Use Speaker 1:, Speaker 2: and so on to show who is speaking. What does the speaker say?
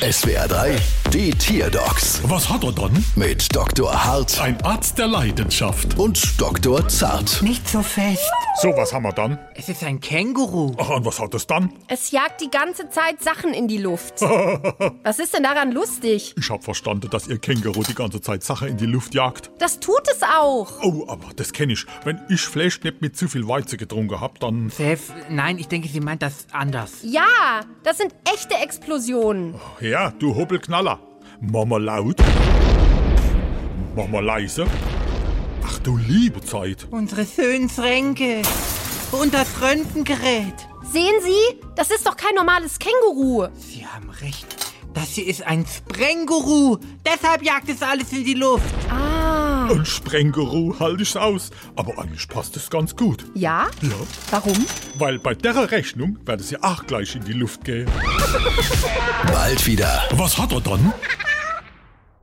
Speaker 1: SWR 3, die Tierdocs
Speaker 2: Was hat er dann?
Speaker 1: mit Dr. Hart
Speaker 2: Ein Arzt der Leidenschaft.
Speaker 1: und Dr. Zart.
Speaker 3: Nicht so fest.
Speaker 2: So, was haben wir dann?
Speaker 3: Es ist ein Känguru.
Speaker 2: Ach, und was hat es dann?
Speaker 4: Es jagt die ganze Zeit Sachen in die Luft. Was ist denn daran lustig?
Speaker 2: Ich hab verstanden, dass ihr Känguru die ganze Zeit Sache in die Luft jagt.
Speaker 4: Das tut es auch.
Speaker 2: Oh, aber das kenn ich. Wenn ich Fleischknepp mit zu viel Weizen getrunken hab, dann...
Speaker 3: Seth, nein, ich denke, sie meint das anders.
Speaker 4: Ja, das sind echte Explosionen.
Speaker 2: Ja, du Hoppelknaller. Mama laut. Mama leise. Ach du liebe Zeit.
Speaker 5: Unsere Söhnsränke und das Röntgengerät.
Speaker 4: Sehen Sie, das ist doch kein normales Känguru.
Speaker 3: Sie haben recht.
Speaker 5: Das hier ist ein Sprengguru. Deshalb jagt es alles in die Luft.
Speaker 2: Ein Sprenguru halt ich's aus. Aber eigentlich passt es ganz gut.
Speaker 4: Ja?
Speaker 2: Ja,
Speaker 4: Warum?
Speaker 2: weil bei der Rechnung wird es ja auch gleich in die Luft gehen.
Speaker 1: Bald wieder.
Speaker 2: Was hat er dann?